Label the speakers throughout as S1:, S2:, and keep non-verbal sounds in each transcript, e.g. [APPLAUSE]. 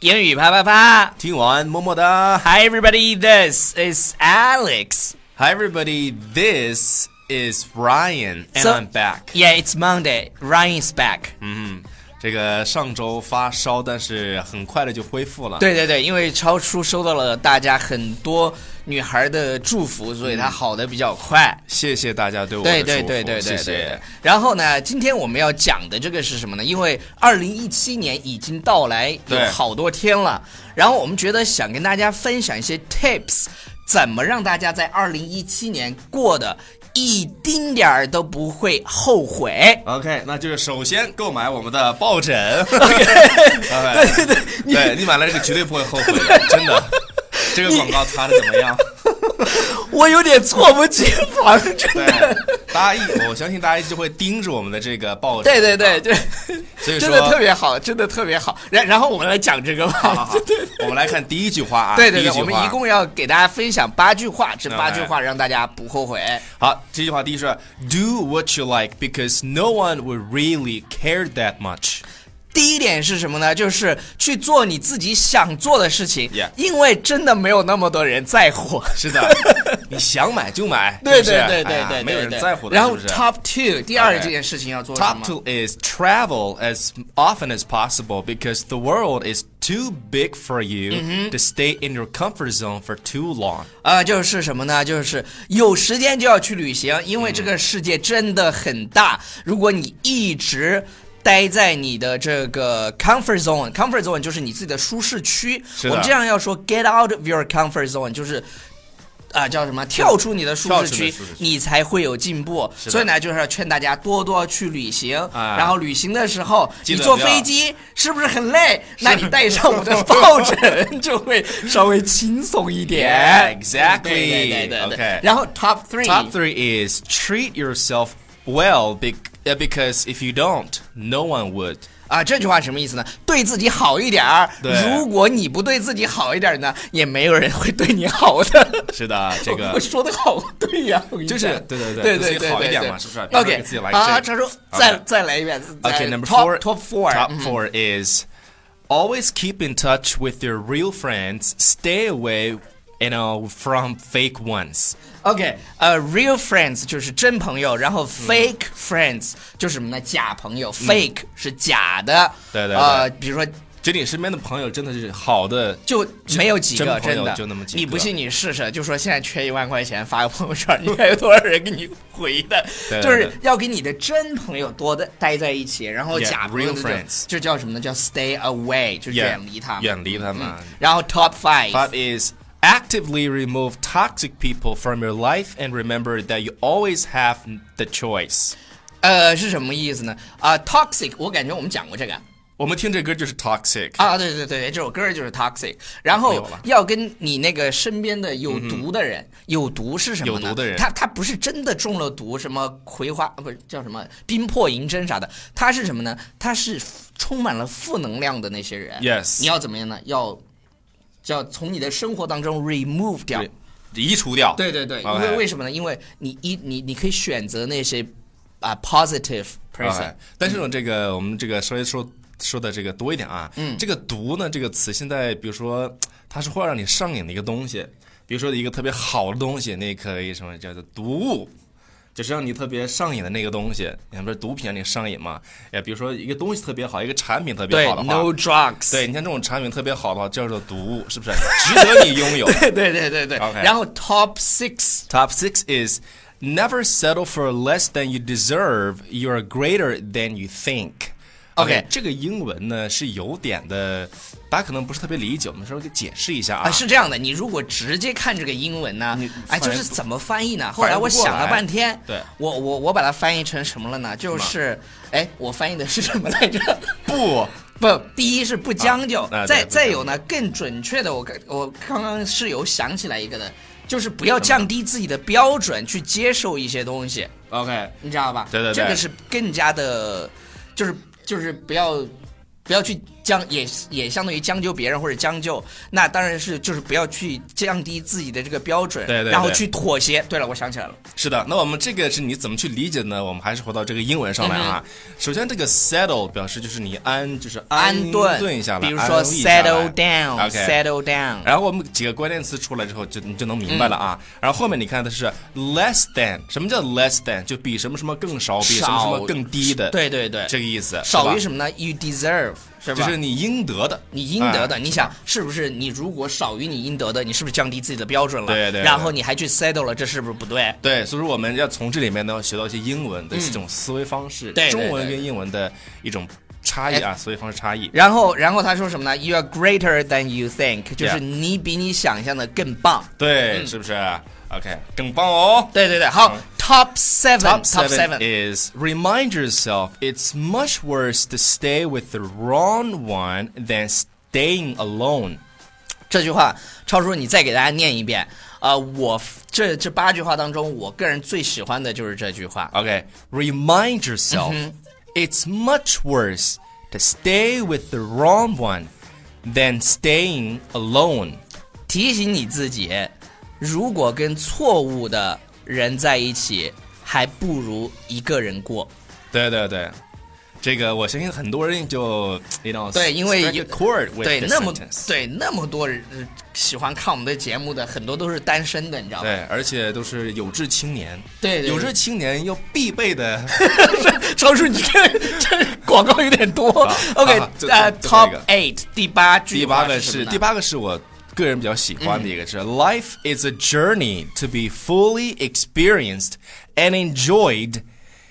S1: 英语啪啪啪
S2: 听完么么哒。
S1: ！Hi everybody, this is Alex.
S2: Hi everybody, this is Ryan and
S1: So-
S2: I'm back.
S1: Yeah, it's Monday. Ryan is back.
S2: 嗯，这个上周发烧，但是很快的就恢复了。，
S1: 对对对，因为超叔收到了大家很多女孩的祝福，所以他好的比较快。
S2: 谢谢大家对我的
S1: 对
S2: 祝福，
S1: 对对对对
S2: 谢
S1: 对对
S2: 谢。。
S1: 然后呢，今天我们要讲的这个是什么呢？因为二零一七年已经到来有
S2: 对
S1: 好多天了，然后我们觉得想跟大家分享一些 tips，怎么让大家在二零一七年过得一丁点儿都不会后悔。
S2: OK，那就是首先购买我们的
S1: [LAUGHS]
S2: 抱枕。对对对，对你买了这个绝对不会后悔的，真的。这个广告擦的怎
S1: [LAUGHS]
S2: 么样？
S1: 我有点猝不及防，真
S2: 对
S1: 的。，
S2: 大家一，我相信大家一直会盯着我们的这个抱枕。啊
S1: 对对对对，
S2: 所以说
S1: 真的特别好，真的特别好。然然后我们来讲这个
S2: 好好
S1: 吧 [LAUGHS]
S2: 好。，我们来看第一句话啊。
S1: 对对
S2: 第
S1: 对，
S2: 句
S1: 我们
S2: 话
S1: 一共要给大家分享八句话，这八句
S2: 哎
S1: 话让大家不后悔。
S2: 好，这句话第一是 Do what you like because no one would really care that much。
S1: [LAUGHS] 第一点是什么呢？就是去做你自己想做的事情
S2: Yeah
S1: 因为真的没有那么多人在乎。
S2: 是的，你想买就买，
S1: 对
S2: 是不
S1: 对对
S2: 是
S1: 对
S2: 哎呀
S1: 对，
S2: 没有人
S1: 对
S2: 在乎的，
S1: 然后
S2: 是不是
S1: top two 第二
S2: OK
S1: 件事情要做什
S2: Top
S1: 么？
S2: two is travel as often as possible because the world is too big for you
S1: Mm-hmm.
S2: to stay in your comfort zone for too long。
S1: 啊、就是什么呢？就是有时间就要去旅行，因为这
S2: 嗯
S1: 个世界真的很大。如果你一直待在你的这个 comfort zone，comfort zone 就是你自己的舒适区。
S2: 是
S1: 我
S2: 的
S1: 们这样要说 get out of your comfort zone，就是。啊、叫什么？跳出你的舒
S2: 跳
S1: 适
S2: 出
S1: 区，
S2: 你的舒适区
S1: 你才会有进步。
S2: 的
S1: 所以呢，就是要劝大家多多去旅行。
S2: 哎
S1: 然后旅行的时候，
S2: 记
S1: 你
S2: 得
S1: 坐
S2: 不要
S1: 飞机是不是很累？那你带上我的抱枕， [LAUGHS] 就会稍微轻松一点。
S2: Yeah, exactly.
S1: 对对对对对
S2: Okay.
S1: 然后 top three，,
S2: Top three is treat yourself well bec- uh, because if you don't, no one would。
S1: 啊，这句话什么意思呢？对自己好一点儿。
S2: 对
S1: 如果你不对自己好一点儿呢，也没有人会对你好的。
S2: 是的，这
S1: [LAUGHS]
S2: 个
S1: 我说的好对呀、我跟你
S2: 就是
S1: 讲
S2: 对对对
S1: 对对
S2: 对自己
S1: 对，
S2: 好一点
S1: 对
S2: 嘛是不是不要给
S1: OK，
S2: 自己来
S1: 啊，
S2: 这
S1: 常叔，
S2: OK
S1: 再再来一遍。
S2: Okay,
S1: 再
S2: number
S1: Uh, top-
S2: four.
S1: top four，Mm-hmm.
S2: Top
S1: 嗯
S2: four is always keep in touch with your real friends. Stay away, you know, from fake ones.
S1: OK，呃、r e a l friends 就是真朋友，然后 fake friends 就是什么呢？假朋友，fake 是假的。
S2: 嗯对对
S1: 呃，比如说
S2: 就你身边的朋友真的是好的，
S1: 就没有几个
S2: 真朋
S1: 真
S2: 友
S1: 的，
S2: 就那么几个
S1: 你不信你试试，就说现在缺一万块钱，发个朋友圈， [LAUGHS] 你看有多少人给你回的？
S2: 对对
S1: 就是
S2: 对
S1: 要跟你的真朋友多的待在一起，然后
S2: Yeah，
S1: 假朋友就
S2: real friends
S1: 就叫什么呢？叫 stay away，就
S2: 远
S1: 远离他们。嗯
S2: 远离他们。
S1: 然后 top five，
S2: Five is actively remove toxic people from your life and remember that you always have the choice.
S1: 呃，是什么意思呢？啊、t o x i c 我感觉我们讲过这个。
S2: 我们听这歌就是 toxic，、
S1: 啊，对对对对，这首歌就是 Toxic，然
S2: 没有
S1: 后
S2: 了嗯
S1: 要跟你那个身边的有毒的人，有毒是什么呢？
S2: 有毒的人
S1: 他他不是真的中了毒，什么葵花呃不是叫什么冰魄银针啥的，他是什么呢？他是充满了负能量的那些人。
S2: Yes
S1: 你要怎么样呢？要要从你的生活当中 remove 掉。
S2: 对移除掉。
S1: 对对对，因
S2: OK
S1: 为为什么呢？因为你一你你可以选择那些啊 positive person，、
S2: 哎但是呢，这个我们这个稍微说说的这个多一点啊，嗯，这个“毒”呢这个词，现在比如说它是会让你上瘾的一个东西，比如说一个特别好的东西，那可以什么叫做毒物。就是让你特别上瘾的那个东西，你看不是毒品让你上瘾嘛？哎，比如说一个东西特别好，一个产品特别
S1: 对
S2: 好的话，
S1: ，no drugs，
S2: 对，你像这种产品特别好的话，叫做毒物，是不是？ [LAUGHS] 值得你拥有。
S1: 对对对对对。
S2: OK
S1: 然后 top six。
S2: Top six is never settle for less than you deserve. You are greater than you think.
S1: OK
S2: 这个英文呢是有点的，大家可能不是特别理解，我们稍微给解释一下啊。
S1: 啊，是这样的，你如果直接看这个英文呢
S2: 你，
S1: 哎，就
S2: 翻译
S1: 是
S2: 不
S1: 怎么翻译呢？后
S2: 翻译
S1: 来
S2: 不
S1: 我
S2: 过
S1: 想了
S2: 来
S1: 半天，
S2: 对
S1: 我我我把它翻译成什么了呢？就是，哎，我翻译的是什么来着？ [LAUGHS]
S2: 不，
S1: 不，第一是不将就，
S2: 啊啊对
S1: 再
S2: 不
S1: 再
S2: 将
S1: 有呢，更准确的，我刚我刚刚是有想起来一个的，就是不要降低自己的标准去接受一些东西，
S2: OK，
S1: 你知道吧？
S2: 对对对
S1: 这个是更加的，就是就是不要不要去将也也相当于将就别人或者将就，那当然是就是不要去降低自己的这个标准，
S2: 对对对
S1: 然后去妥协。对了，我想起来了，
S2: 是的，那我们这个是你怎么去理解呢？我们还是回到这个英文上来
S1: 嗯
S2: 啊。首先，这个 settle 表示就是你安，就是
S1: 安
S2: 顿下来，
S1: 比如说
S2: 安逸下来
S1: settle down，settle
S2: OK
S1: down，
S2: 然后我们几个关键词出来之后，就你就能明白了啊。然后后面你看的是 less than，什么叫 less than？就比什么什么更少，比什么什么更低的，，
S1: 对对对，
S2: 这个意思。
S1: 少于
S2: 是
S1: 什么呢？You deserve，是
S2: 吧？就
S1: 吧？
S2: 是你应得的，
S1: 你应得的，
S2: 哎
S1: 你想是不是？你如果少于你应得的，你是不是降低自己的标准了？
S2: 对对对
S1: 然后你还去 settle 了，这是不是不对？
S2: 对，所以说我们要从这里面呢要学到一些英文的这种思维方式，
S1: 嗯对对
S2: 中
S1: 对
S2: 文
S1: 哎
S2: 跟英文的一种差异啊，思维方式差异。
S1: 然后，然后他说什么呢？You are greater than you think，就是
S2: Yeah
S1: 你比你想象的更棒。嗯
S2: 对，是不是？OK，更棒哦。
S1: 对对对，好，Top
S2: Top
S1: Seven，Top
S2: seven
S1: Seven，
S2: is remind yourself it's much worse to stay with the wrong one than staying alone.
S1: 这句话，超叔你再给大家念一遍。啊，我 f- 这这八句话当中，我个人最喜欢的就是这句话。
S2: Okay, remind yourself
S1: Mm-hmm.
S2: it's much worse to stay with the wrong one than staying alone.
S1: 提醒你自己，如果跟错误的人在一起，还不如一个人过。
S2: 对对对，这个我相信很多人就 you know
S1: 对，因为
S2: strike a chord with
S1: 对
S2: this
S1: 那么
S2: sentence
S1: 对那么多人呃喜欢看我们的节目的，很多都是单身的，你知道吗？
S2: 对，而且都是有志青年，
S1: 对对对
S2: 有志青年要必备的
S1: [LAUGHS] 超叔，你看这广告有点多
S2: 好。
S1: OK，
S2: 好最
S1: 呃
S2: 啊最后一
S1: ，Top
S2: 个
S1: Eight 第八句
S2: 第八
S1: 话是
S2: 个
S1: 什么
S2: 是
S1: 呢
S2: 第八个是我个人比较喜欢的一个是、Life is a journey to be fully experienced and enjoyed.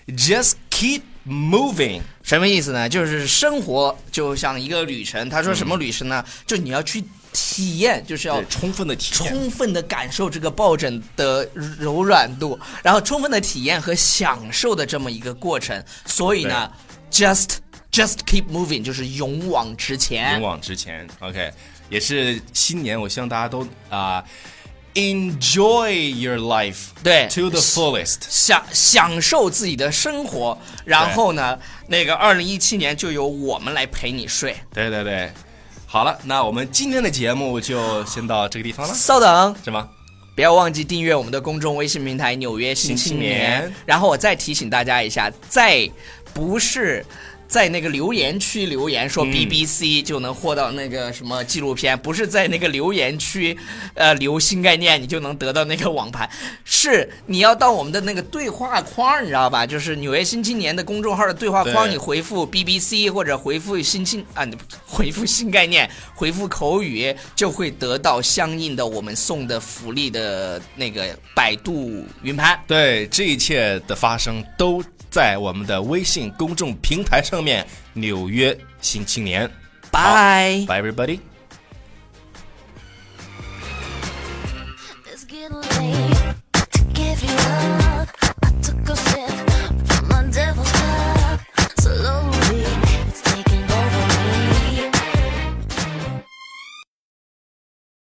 S2: Just keep moving.
S1: 什么意思呢？就是生活就像一个旅程。他说什么旅程呢？就你要去体验，就是要
S2: 嗯对，充分的体验。
S1: 充分的感受这个抱枕的柔软度，然后充分的体验和享受的这么一个过程。所以呢，just just keep moving 就是勇往直前
S2: 勇。往直前，OK，也是新年，我希望大家都啊、enjoy your life，
S1: 对
S2: ，to the fullest。
S1: 享享受自己的生活，然后呢，那个二零一七年就由我们来陪你睡。
S2: 对对对，好了，那我们今天的节目就先到这个地方了，
S1: 稍等，
S2: 是吗？
S1: 不要忘记订阅我们的公众微信平台《纽约新青
S2: 新
S1: 年》
S2: 青年
S1: 然后我再提醒大家一下，在不是。在那个留言区留言
S2: 嗯
S1: 说 BBC 就能获到那个什么纪录片，不是在那个留言区，呃，留新概念你就能得到那个网盘，是你要到我们的那个对话框，你知道吧？就是《纽约新青年》的公众号的对话框，
S2: 对
S1: 啊你回复 BBC 或者回复新青啊，你 [LAUGHS] 回复新概念，回复口语，就会得到相应的我们送的福利的那个百度云盘。
S2: 对，这一切的发生都在我们的微信公众平台上面，《纽约新青年》。
S1: 拜。
S2: Bye everybody.